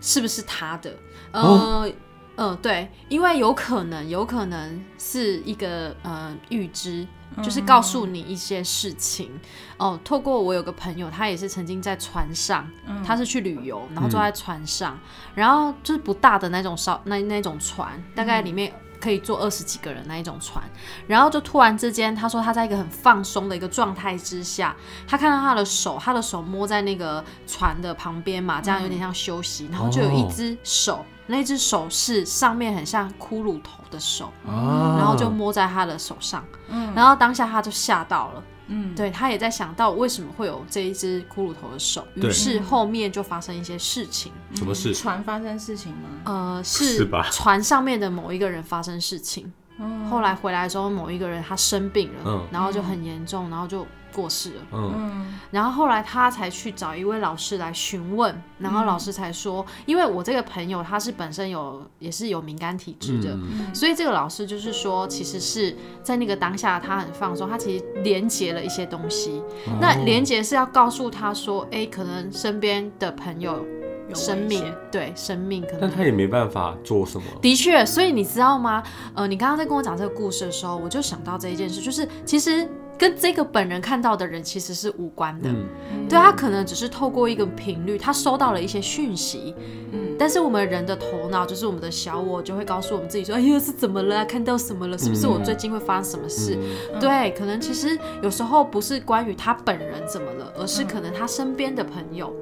Speaker 4: 是不是他的。呃、
Speaker 2: 哦
Speaker 4: 呃，对，因为有可能有可能是一个呃预知。就是
Speaker 1: 嗯
Speaker 4: 告诉你一些事情哦。透过我有个朋友，他也是曾经在船上，他是去旅游，然后坐在船上，然后就是不大的那种小那那种船，大概里面可以坐二十几个人那一种船。然后就突然之间，他说他在一个很放松的一个状态之下，他看到他的手，他的手摸在那个船的旁边嘛，这样有点像休息，然后就有一只手，那只手是上面很像骷髅头的手，
Speaker 2: 啊，
Speaker 4: 然后就摸在他的手上，
Speaker 2: 嗯
Speaker 4: 然后当下他就吓到了。
Speaker 1: 嗯
Speaker 4: 对，他也在想到为什么会有这一只骷髅头的手，于
Speaker 2: 对
Speaker 4: 是后面就发生一些事情。
Speaker 2: 什么事？
Speaker 1: 船发生事情吗？
Speaker 4: 呃，
Speaker 2: 是
Speaker 4: 是
Speaker 2: 吧 [laughs]
Speaker 4: 船上面的某一个人发生事情，
Speaker 1: 嗯
Speaker 4: 后来回来的时候，某一个人他生病了，
Speaker 2: 嗯
Speaker 4: 然后就很严重，然后就过世了。
Speaker 2: 嗯，
Speaker 1: 嗯
Speaker 4: 然后后来他才去找一位老师来询问，然后
Speaker 2: 嗯
Speaker 4: 老师才说，因为我这个朋友他是本身有也是有敏感体质的，
Speaker 2: 嗯
Speaker 4: 所以这个老师就是说，其实是在那个当下他很放松，他其实连接了一些东西。
Speaker 2: 哦
Speaker 4: 那连接是要告诉他说，哎、可能身边的朋友
Speaker 1: 有
Speaker 4: 生
Speaker 1: 危
Speaker 4: 命
Speaker 1: 险，
Speaker 4: 对生命可
Speaker 2: 但
Speaker 4: 能
Speaker 2: 他也没办法做什么，
Speaker 4: 的确，所以你知道吗？呃，你刚刚在跟我讲这个故事的时候，我就想到这一件事，就是其实跟这个本人看到的人其实是无关的。
Speaker 2: 嗯
Speaker 4: 对他可能只是透过一个频率，他收到了一些讯息，
Speaker 1: 嗯
Speaker 4: 但是我们人的头脑，就是我们的小我，就会告诉我们自己说：“哎呦，是怎么了？看到什么了？是不是我最近会发生什么事？”
Speaker 2: 嗯
Speaker 4: 对，可能其实有时候不是关于他本人怎么了，而是可能他身边的朋友，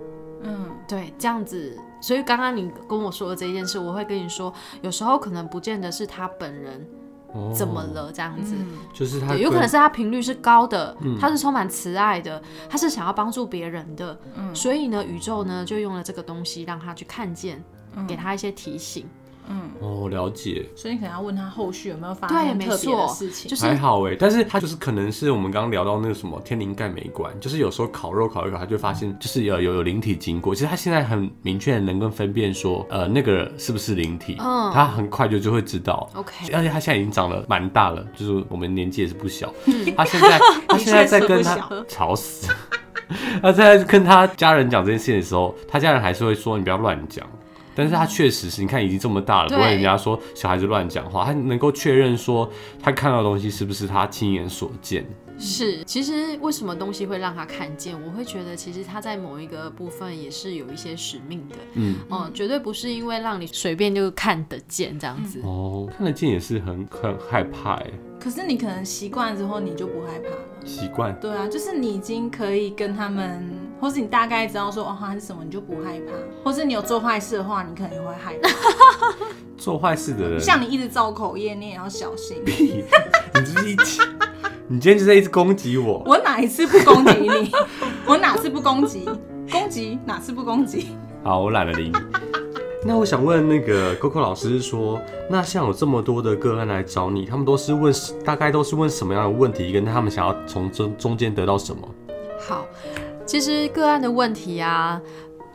Speaker 1: 嗯，
Speaker 4: 对，这样子。所以刚刚你跟我说的这一件事，我会跟你说，有时候可能不见得是他本人
Speaker 2: 哦
Speaker 4: 怎么了这样子，
Speaker 2: 就是他嗯
Speaker 4: 对，有可能
Speaker 2: 跟
Speaker 4: 是他频率是高的，他是充满慈爱的，他是想要帮助别人的，
Speaker 1: 嗯
Speaker 4: 所以呢，宇宙呢就用了这个东西让他去看见，
Speaker 1: 嗯
Speaker 4: 给他一些提醒。
Speaker 2: 哦，了解。
Speaker 1: 所以你可能要问他后续有没有发
Speaker 4: 对，
Speaker 1: 生
Speaker 4: 没
Speaker 1: 特别的
Speaker 4: 错
Speaker 1: 事，情
Speaker 4: 就。是
Speaker 2: 还好哎，但是他就是可能是我们刚刚聊到那个什么天灵盖美观，就是有时候烤肉烤一烤，他就发现就是有有有灵体经过。其实他现在很明确地能够分辨说，呃，那个是不是灵体，
Speaker 4: 嗯
Speaker 2: 他很快就就会知道。
Speaker 4: OK，
Speaker 2: 而且他现在已经长得蛮大了，就是我们年纪也是不小。他现在他现在在跟
Speaker 1: 你确实
Speaker 2: 他
Speaker 1: 不小
Speaker 2: 吵死， [laughs] 他在跟他家人讲这件事情的时候，他家人还是会说你不要乱讲。但是他确实是，你看已经这么大了，不
Speaker 4: 对
Speaker 2: 会人家说小孩子乱讲话，他能够确认说他看到的东西是不是他亲眼所见。
Speaker 4: 是，其实为什么东西会让他看见？我会觉得其实他在某一个部分也是有一些使命的，
Speaker 2: 嗯，
Speaker 4: 哦、绝对不是因为让你随便就看得见这样子。
Speaker 2: 哦，看得见也是很很害怕哎，
Speaker 1: 可是你可能习惯之后，你就不害怕了。
Speaker 2: 习惯。
Speaker 1: 对啊，就是你已经可以跟他们，或是你大概知道说哦它是什么，你就不害怕；或是你有做坏事的话，你可能也会害怕。
Speaker 2: 做坏事的人，
Speaker 1: 像你一直造口业，你也要小心。
Speaker 2: [laughs] 你，你就是一直，你今天就在一直攻击我。
Speaker 1: 我哪一次不攻击你？ [laughs] 我哪次不攻击？攻击哪次不攻击？
Speaker 2: 好，我懒得理你。那我想问那个 Coco 老师说，那像有这么多的个案来找你，他们都是问大概都是问什么样的问题，跟他们想要从中中间得到什么？
Speaker 4: 好，其实个案的问题啊，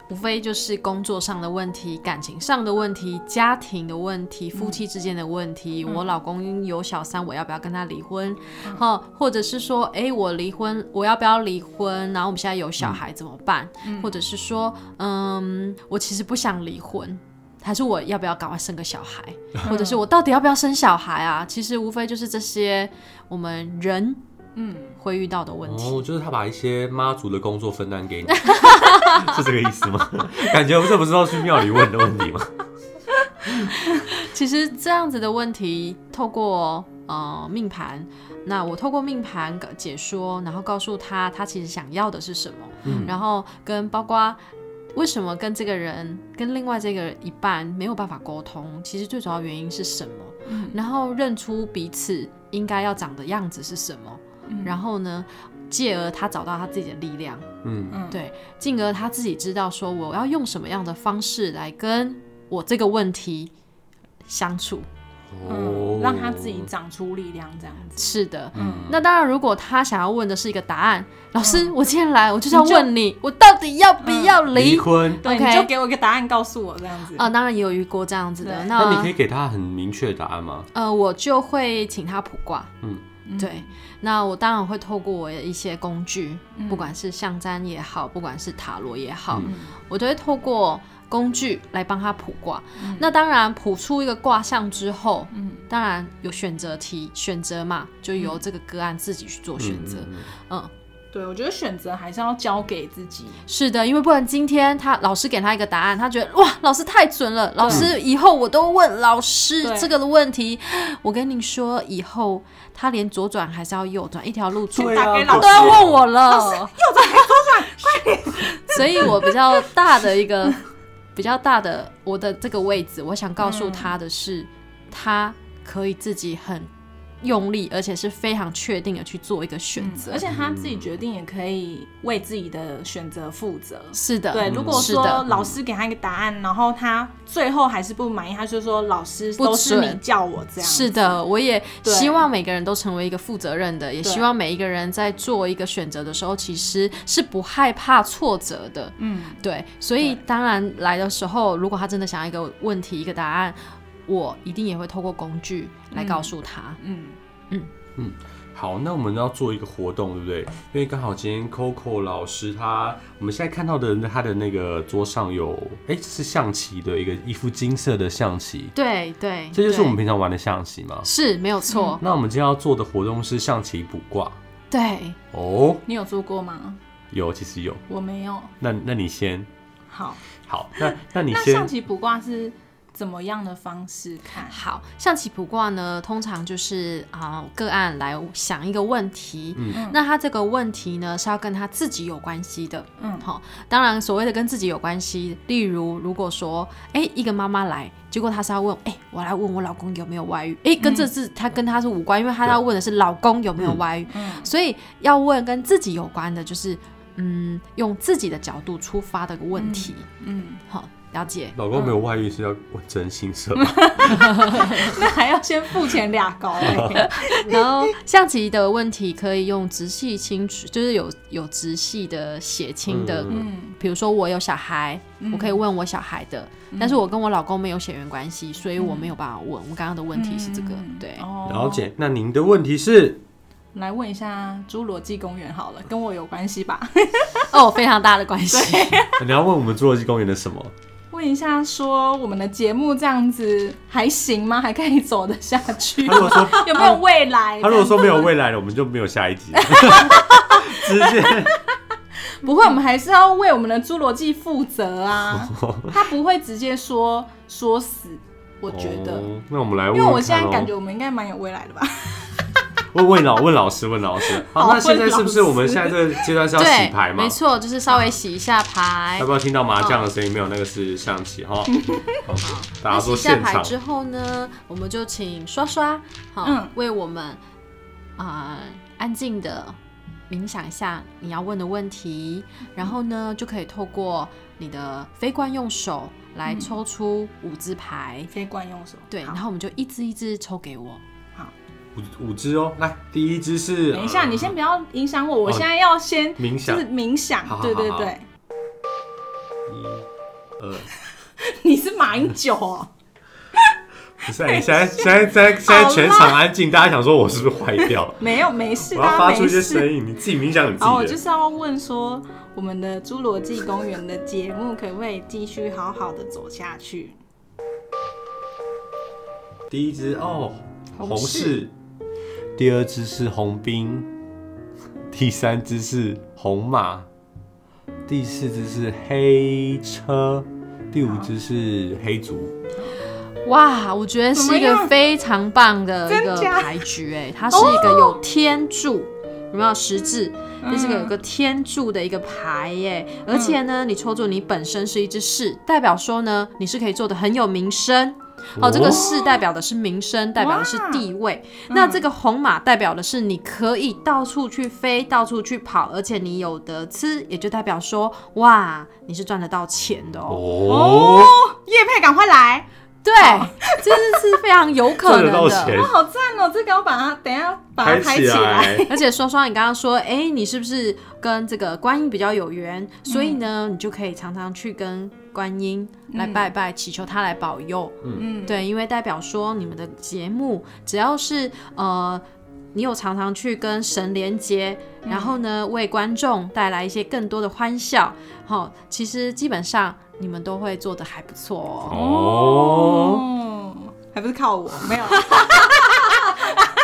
Speaker 4: 无非就是工作上的问题、感情上的问题、家庭的问题、夫妻之间的问题。我老公有小三，我要不要跟他离婚？哈、或者是说，哎、我离婚，我要不要离婚？然后我们现在有小孩怎么办？或者是说，嗯，我其实不想离婚。还是我要不要赶快生个小孩，或者是我到底要不要生小孩啊？其实无非就是这些我们人
Speaker 1: 嗯，
Speaker 4: 会遇到的问题。
Speaker 2: 哦，就是他把一些妈祖的工作分担给你， [laughs] 是这个意思吗？ [laughs] 感觉这不是要去庙里问的问题吗？
Speaker 4: 其实这样子的问题，透过呃命盘，那我透过命盘解说，然后告诉他他其实想要的是什么，
Speaker 2: 嗯
Speaker 4: 然后跟包括为什么跟这个人跟另外这个一半没有办法沟通，其实最主要原因是什么，
Speaker 2: 嗯
Speaker 4: 然后认出彼此应该要长的样子是什么，
Speaker 1: 嗯
Speaker 4: 然后呢，借而他找到他自己的力量。
Speaker 2: 嗯，
Speaker 4: 对，进而他自己知道说我要用什么样的方式来跟我这个问题相处。
Speaker 2: 哦
Speaker 1: 嗯，让他自己长出力量，这样子。
Speaker 4: 是的，
Speaker 2: 嗯
Speaker 4: 那当然，如果他想要问的是一个答案，老师，我今天来，我就是要
Speaker 1: 你就
Speaker 4: 问你，我到底要不要离
Speaker 2: 离？婚。
Speaker 1: 对
Speaker 4: OK
Speaker 1: 你就给我一个答案，告诉我这样子。
Speaker 4: 啊、当然也有遇过这样子的。
Speaker 1: 对
Speaker 2: 那你
Speaker 4: 那
Speaker 2: 可以给他很明确的答案吗？
Speaker 4: 呃，我就会请他卜卦。
Speaker 2: 嗯
Speaker 4: 对。那我当然会透过我的一些工具，
Speaker 1: 嗯
Speaker 4: 不管是象占也好，不管是塔罗也好，
Speaker 2: 嗯
Speaker 4: 我都会透过工具来帮他卜卦。
Speaker 1: 嗯
Speaker 4: 那当然，卜出一个卦象之后，
Speaker 1: 嗯
Speaker 4: 当然有选择题，选择嘛，就由这个个案自己去做选择。
Speaker 2: 嗯嗯
Speaker 4: 嗯，
Speaker 1: 对，我觉得选择还是要交给自己。
Speaker 4: 是的，因为不然今天他老师给他一个答案，他觉得哇，老师太准了，老师以后我都问老师
Speaker 1: 对
Speaker 4: 这个的问题。我跟你说，以后他连左转还是要右转，一条路出
Speaker 2: 对
Speaker 1: 打
Speaker 2: 啊，
Speaker 1: 给老师
Speaker 4: 都要问我了。所以我比较大的一个比较大的我的这个位置，我想告诉他的是，他可以自己很用力，而且是非常确定的去做一个选择。
Speaker 1: 而且他自己决定，也可以为自己的选择负责。
Speaker 4: 是的，嗯
Speaker 1: 对，如果
Speaker 4: 是
Speaker 1: 说
Speaker 4: 的，
Speaker 1: 老师给他一个答案，然后他最后还是不满意，他就说老师
Speaker 4: 不
Speaker 1: 都是你
Speaker 4: 准
Speaker 1: 叫我这样。
Speaker 4: 是的，我也
Speaker 1: 对
Speaker 4: 希望每个人都成为一个负责任的，也
Speaker 1: 对
Speaker 4: 希望每一个人在做一个选择的时候，其实是不害怕挫折的。
Speaker 1: 嗯，
Speaker 4: 对，所以当然来的时候，如果他真的想要一个问题、一个答案，我一定也会透过工具来告诉他。
Speaker 1: 嗯
Speaker 2: 好，那我们要做一个活动，对不对？因为刚好今天 Coco 老师他，我们现在看到的他的那个桌上有，哎、这是象棋的一个一副金色的象棋，
Speaker 4: 对对，
Speaker 2: 这就是我们
Speaker 4: 对
Speaker 2: 平常玩的象棋嘛。
Speaker 4: 是没有
Speaker 1: 嗯
Speaker 4: 错，
Speaker 2: 那我们今天要做的活动是象棋卜卦
Speaker 4: 对，
Speaker 2: 哦，
Speaker 1: 你有做过吗？
Speaker 2: 有，其实有。
Speaker 1: 我没有。
Speaker 2: 那那你先，
Speaker 1: 好，
Speaker 2: 好，那那你
Speaker 1: 那
Speaker 2: 先
Speaker 1: 象，棋卜卦是怎么样的方式看？
Speaker 4: 好，象棋卜卦呢，通常就是啊、个案来想一个问题，
Speaker 2: 嗯
Speaker 4: 那他这个问题呢是要跟他自己有关系的，
Speaker 1: 嗯
Speaker 4: 好、当然所谓的跟自己有关系，例如如果说，哎、一个妈妈来，结果她是要问，哎、我来问我老公有没有外遇，哎、
Speaker 1: 嗯
Speaker 4: 跟这是她跟她是无关，因为她要问的是老公有没有外遇，
Speaker 1: 嗯
Speaker 4: 所以要问跟自己有关的，就是嗯，用自己的角度出发的问题，
Speaker 1: 嗯， [laughs]
Speaker 4: 好、了解。
Speaker 2: 老公没有外遇是要问真心社
Speaker 1: 嗯
Speaker 2: 吗？
Speaker 1: 那还要先付钱俩
Speaker 4: [laughs]
Speaker 1: 高、欸。
Speaker 4: 然后象棋的问题可以用直系清楚，就是有有直系的血亲的，
Speaker 2: 嗯
Speaker 1: 嗯
Speaker 4: 比如说我有小孩，我可以问我小孩的，但是我跟我老公没有血缘关系，所以我没有办法问。我刚刚的问题是这个，
Speaker 1: 嗯
Speaker 4: 对。
Speaker 1: 哦
Speaker 2: 了解。那您的问题是，
Speaker 1: 来问一下侏罗纪公园好了，跟我有关系吧？ [laughs]
Speaker 4: 哦，非常大的关系。
Speaker 2: 你要问我们侏罗纪公园的什么？
Speaker 1: 问一下，说我们的节目这样子还行吗？还可以走得下去
Speaker 2: 他如果
Speaker 1: 吗？
Speaker 2: 说
Speaker 1: [laughs] 有没有未来？
Speaker 2: 他如果说没有未来了，我们就没有下一集，直接
Speaker 1: 不会，我们还是要为我们的侏罗纪负责啊。
Speaker 2: [laughs]
Speaker 1: 他不会直接说说死， [laughs] 我觉得，
Speaker 2: 哦那我们来问
Speaker 1: 因为
Speaker 2: 问
Speaker 1: 我现
Speaker 2: 看
Speaker 1: 在
Speaker 2: 哦
Speaker 1: 感觉我们应该蛮有未来的吧。 [laughs]
Speaker 2: 问问老问老师问老师。好，
Speaker 1: 好
Speaker 2: 那现在是不是
Speaker 1: 问老师
Speaker 2: 我们现在这个阶段是要洗牌
Speaker 4: 对，
Speaker 2: 嘛
Speaker 4: 没？错，就是稍微洗一下牌
Speaker 2: 要。不要听到麻将的声音？没有，那个是象棋哈。好大
Speaker 4: 那
Speaker 2: 家
Speaker 4: 洗
Speaker 2: 说
Speaker 4: 下
Speaker 2: 现
Speaker 4: 牌
Speaker 2: 场
Speaker 4: 之后呢，我们就请刷刷，好、
Speaker 1: 嗯
Speaker 4: 为我们啊、安静的冥想一下你要问的问题，然后呢就可以透过你的非惯用手来抽出五支牌，
Speaker 1: 非惯用手，
Speaker 4: 对，
Speaker 1: 好
Speaker 4: 然后我们就一支一支抽给我。
Speaker 2: 五五只哦，来，第一只是
Speaker 1: 等一下，
Speaker 2: 呃
Speaker 1: 你先不要影响我，我
Speaker 2: 哦
Speaker 1: 现在要先
Speaker 2: 冥
Speaker 1: 就
Speaker 2: 想
Speaker 1: 是冥想
Speaker 2: 好，好
Speaker 1: 对对
Speaker 2: 好好
Speaker 1: 对。
Speaker 2: 一二，
Speaker 1: [laughs] 你是马英九哦，
Speaker 2: 不是， [laughs] 你现在现在现在现在全场安静，大家想说我是不是坏掉了？
Speaker 1: 没有没事，
Speaker 2: 我要
Speaker 1: 大
Speaker 2: 发
Speaker 1: 家
Speaker 2: 出
Speaker 1: 没
Speaker 2: 一些
Speaker 1: 事。哦
Speaker 2: 声音，你自己冥想你自
Speaker 1: 好，我
Speaker 2: 己
Speaker 1: 就
Speaker 2: 的。
Speaker 1: 是要问说，我们的《侏罗纪公园》的节目可不可以继续好好的走下去？
Speaker 2: 第一只哦，
Speaker 1: 红
Speaker 2: 红
Speaker 1: 柿
Speaker 2: 柿；第二只是红冰； [laughs] 第三只是红马；第四只是黑车；第五只是黑竹。
Speaker 4: 哇，我觉得是一
Speaker 1: 怎么
Speaker 4: 个
Speaker 1: 样
Speaker 4: 非常棒的一
Speaker 1: 真
Speaker 4: 个
Speaker 1: 假哦
Speaker 4: 牌局、哎，它是一个有天柱，有没有十字？
Speaker 1: 嗯
Speaker 4: 这是
Speaker 2: 嗯
Speaker 4: 个有个天柱的一个牌耶、而且呢，你抽中你本身是一只士，代表说呢，你是可以做的很有名声。哦，这个士代表的是名声，代表的是地位。那
Speaker 2: 嗯
Speaker 4: 这个红马代表的是你可以到处去飞，到处去跑，而且你有得吃，也就代表说，哇，你是赚得到钱的哦。
Speaker 2: 哦，
Speaker 1: 叶佩，赶快来！
Speaker 4: 对，这是是非常有可
Speaker 2: 赚
Speaker 4: 能
Speaker 2: 得
Speaker 4: 的。
Speaker 2: 到钱
Speaker 1: 哇，，好赞哦！这个我把它，等一下把它拍
Speaker 2: 起
Speaker 1: 起来。
Speaker 2: 来。
Speaker 4: 而且双双，你刚刚说，哎、你是不是跟这个观音比较有缘？所以呢，你就可以常常去跟观音来拜拜，祈求他来保佑。
Speaker 1: 嗯，
Speaker 4: 对，因为代表说你们的节目只要是呃，你有常常去跟神连接，然后呢，为观众带来一些更多的欢笑，好、其实基本上你们都会做的还不错哦。
Speaker 2: 哦，
Speaker 1: 哦，还不是靠我， [laughs] 没有。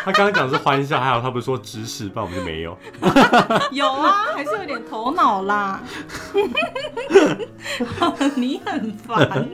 Speaker 2: 他刚刚讲是欢笑，还好他不是说知识，不然我们就没有。
Speaker 1: 有啊，还是有点头脑 [laughs] 啦。你很烦。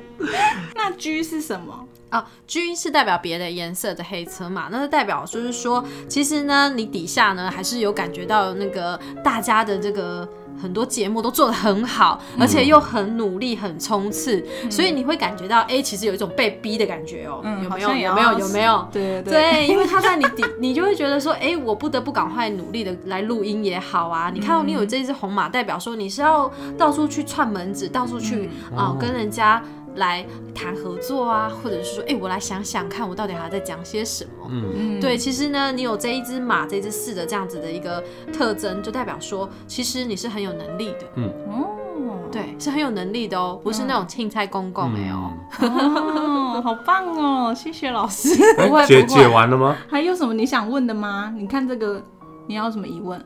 Speaker 1: 那 G 是什么？
Speaker 4: 啊，军是代表别的颜色的黑车嘛，那是代表就是说，其实呢，你底下呢还是有感觉到那个大家的这个。很多节目都做得很好，而
Speaker 1: 嗯
Speaker 4: 且又很努力、很冲刺，所以你会感觉到，哎、其实有一种被逼的感觉哦、
Speaker 1: 嗯
Speaker 4: 有
Speaker 1: 好
Speaker 4: 没有？
Speaker 1: 像也
Speaker 4: 有没有？
Speaker 1: 要
Speaker 4: 有没有？
Speaker 1: 对对 [laughs]
Speaker 4: 对，因为他在你底，你就会觉得说，哎、我不得不赶快努力的来录音也好啊。你看到
Speaker 1: 嗯
Speaker 4: 你有这只红马，代表说你是要到处去串门子，到处去啊、
Speaker 2: 哦
Speaker 4: 跟人家来谈合作啊，或者是说，哎、我来想想看，我到底还在讲些什么。
Speaker 2: 嗯，
Speaker 1: 嗯
Speaker 4: 对，其实呢，你有这一只马、这一只四的这样子的一个特征，就代表说，其实你是很有能力的，
Speaker 1: 哦，
Speaker 4: 对，是很有能力的哦，不是那种青菜公公没有。
Speaker 2: 嗯
Speaker 1: 哦，好棒哦，谢谢老师。
Speaker 4: [laughs]
Speaker 1: [laughs]
Speaker 4: 不会
Speaker 2: 哎解
Speaker 4: 不会
Speaker 2: 解完了吗？
Speaker 1: 还有什么你想问的吗？你看这个，你要有什么疑 [laughs] 问？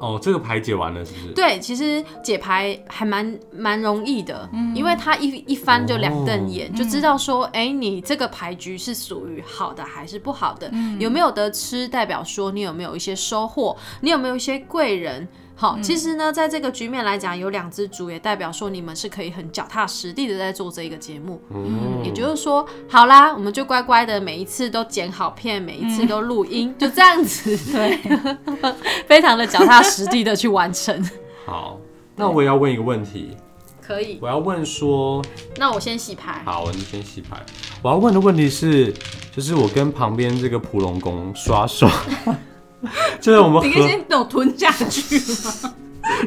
Speaker 2: 哦，这个牌解完了是不是？
Speaker 4: 对，其实解牌还蛮蛮容易的，因为他一一翻就两瞪眼，就知道说，哎、你这个牌局是属于好的还是不好的，有没有得吃，代表说你有没有一些收获，你有没有一些贵人。好，其实呢，在这个局面来讲，有两只竹，也代表说你们是可以很脚踏实地的在做这一个节目。
Speaker 2: 嗯
Speaker 4: 也就是说，好啦，我们就乖乖的每一次都剪好片，每一次都录音，就这样子，
Speaker 1: 对，
Speaker 4: [laughs] 非常的脚踏实地的去完成。
Speaker 2: 好，那我也要问一个问题，
Speaker 4: 可以，
Speaker 2: 我要问说，
Speaker 4: 那我先洗牌。
Speaker 2: 好，你先洗牌。我要问的问题是，就是我跟旁边这个普龙宫刷 [laughs] 手，就是我们
Speaker 1: 你可以
Speaker 2: 喝，
Speaker 1: 先等我吞下去 [laughs] 吗？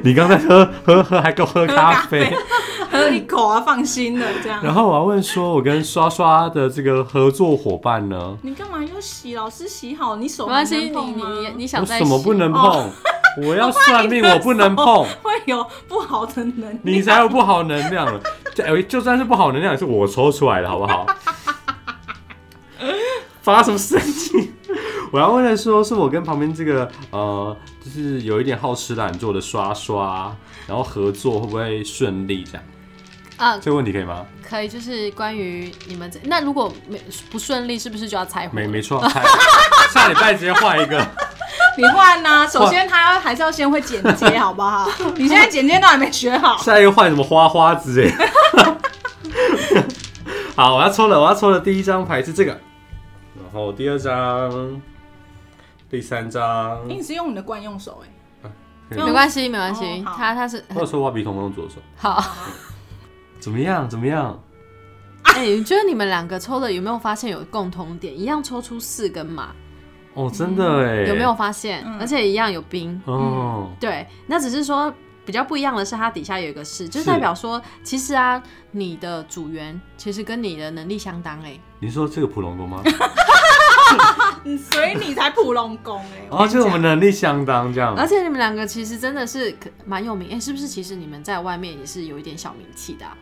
Speaker 2: 你刚才喝喝喝还给我喝咖啡，
Speaker 1: 喝一口啊，放心了这样。
Speaker 2: 然后我要问说，我跟刷刷的这个合作伙伴呢，
Speaker 1: 你干嘛又洗？老师洗好，你手
Speaker 4: 没
Speaker 1: 还
Speaker 4: 关系，
Speaker 1: 能
Speaker 4: 你
Speaker 1: 碰
Speaker 4: 你
Speaker 1: 吗
Speaker 4: 你你想
Speaker 2: 我
Speaker 4: 再
Speaker 2: 什么
Speaker 4: 洗
Speaker 2: 不能碰
Speaker 1: 哦？
Speaker 2: 我要算命，我不能碰。
Speaker 1: 会有不好的能力。
Speaker 2: 你才有不好能量了，就哎就算是不好能量，也是 [laughs] 我抽出来的，好不好？发什么神经？我要问的说，是我跟旁边这个呃，就是有一点好吃懒做的刷刷，然后合作会不会顺利这样？
Speaker 4: 啊，
Speaker 2: 这个问题可以吗？
Speaker 4: 可以，就是关于你们这那如果没不顺利，是不是就要拆伙？
Speaker 2: 没没错，嗨下礼拜直接换一个。
Speaker 1: 你换啊呐、首先他还是要先会剪接，好不
Speaker 4: [laughs]
Speaker 1: 好？你现在剪接都还没学好，
Speaker 2: [laughs] 下一个换什么花花之类。 [laughs] 好，我要抽了，我要抽的第一张牌是这个，然后第二张，第三张。
Speaker 1: [laughs] 你只用你的惯用手哎、
Speaker 2: 可以
Speaker 4: 没关系，没关系，
Speaker 1: 哦好
Speaker 4: 他他是
Speaker 2: 或者说挖鼻孔用左手， [laughs]
Speaker 4: 好。
Speaker 2: 怎么样？怎么样？
Speaker 4: 哎、你觉得你们两个抽的有没有发现有共同点？一样抽出四根嘛，
Speaker 2: 哦，真
Speaker 1: 嗯
Speaker 2: 的哎、
Speaker 4: 有没有？发现？而且一样有冰。
Speaker 2: 哦，
Speaker 4: 对，那只是说比较不一样的是，它底下有一个是，就是代表说，其实啊，你的组员其实跟你的能力相当哎、
Speaker 2: 你说这个普龙宫吗？
Speaker 1: 嗯，所以你才普龙宫哎、
Speaker 2: 哦，就是我们
Speaker 1: 的
Speaker 2: 能力相当这样。
Speaker 1: 啊
Speaker 4: 而且你们两个其实真的是可蛮有名哎、是不是？其实你们在外面也是有一点小名气的啊、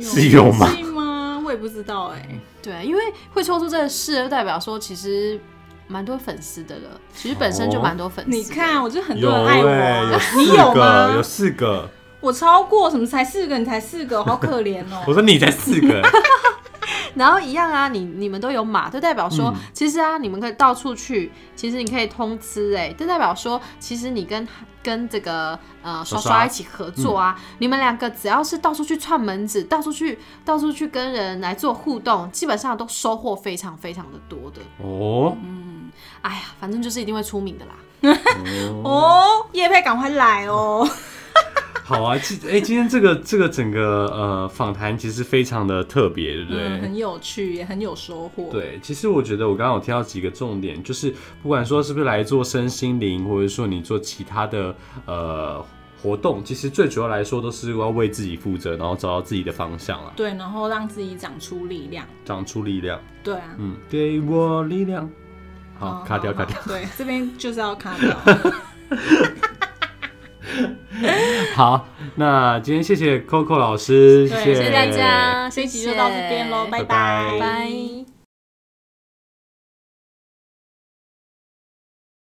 Speaker 2: 是有吗
Speaker 1: 是吗？我也不知道哎、
Speaker 4: 对，啊因为会抽出这个事，就代表说其实蛮多粉丝的了。其实本身
Speaker 2: 哦
Speaker 4: 就蛮多粉丝、
Speaker 1: 你看，，我就很多
Speaker 2: 有
Speaker 1: 人
Speaker 2: 哎、
Speaker 1: 爱我啊、 [laughs]
Speaker 2: 有
Speaker 1: 你
Speaker 2: 四
Speaker 1: 吗
Speaker 2: 个，？有四个。
Speaker 1: 我超过什么才四个，你才四个，好可怜哦、
Speaker 2: [laughs] 我说你才四
Speaker 1: [laughs]
Speaker 2: 个，
Speaker 4: 然后一样啊，你你们都有马，就代表说，
Speaker 2: 嗯
Speaker 4: 其实啊，你们可以到处去，其实你可以通吃、哎，就代表说，其实你跟跟这个
Speaker 2: 刷
Speaker 4: 呃
Speaker 2: 嗯
Speaker 4: 刷
Speaker 2: 刷
Speaker 4: 刷一起合作啊，你们两个只要是到处去串门子，到处去到处去跟人来做互动，基本上都收获非常非常的多的。
Speaker 2: 哦，
Speaker 4: 哎呀，反正就是一定会出名的啦。
Speaker 1: 哦，叶佩赶快来哦！ [laughs]
Speaker 2: 好啊，今哎、今天这个这个整个呃访谈其实非常的特别，对不对？
Speaker 1: 嗯，很有趣，也很有收获。，
Speaker 2: 对，其实我觉得我刚刚有听到几个重点，就是不管说是不是来做身心灵，或者说你做其他的呃活动，其实最主要来说都是要为自己负责，然后找到自己的方向啦，
Speaker 1: 对，然后让自己长出力量。
Speaker 2: 长出力量。
Speaker 1: 对啊，
Speaker 2: 嗯，给我力量。
Speaker 1: 哦
Speaker 2: 好，卡掉，卡掉。。
Speaker 1: 好对，这边就是要卡掉。
Speaker 2: [laughs] 好，那今天谢谢 Coco 老师，
Speaker 1: 对
Speaker 2: 谢
Speaker 1: 谢谢
Speaker 4: 大家，
Speaker 1: 这一集就到这边喽，
Speaker 4: 拜
Speaker 1: 拜
Speaker 2: 拜
Speaker 4: 拜。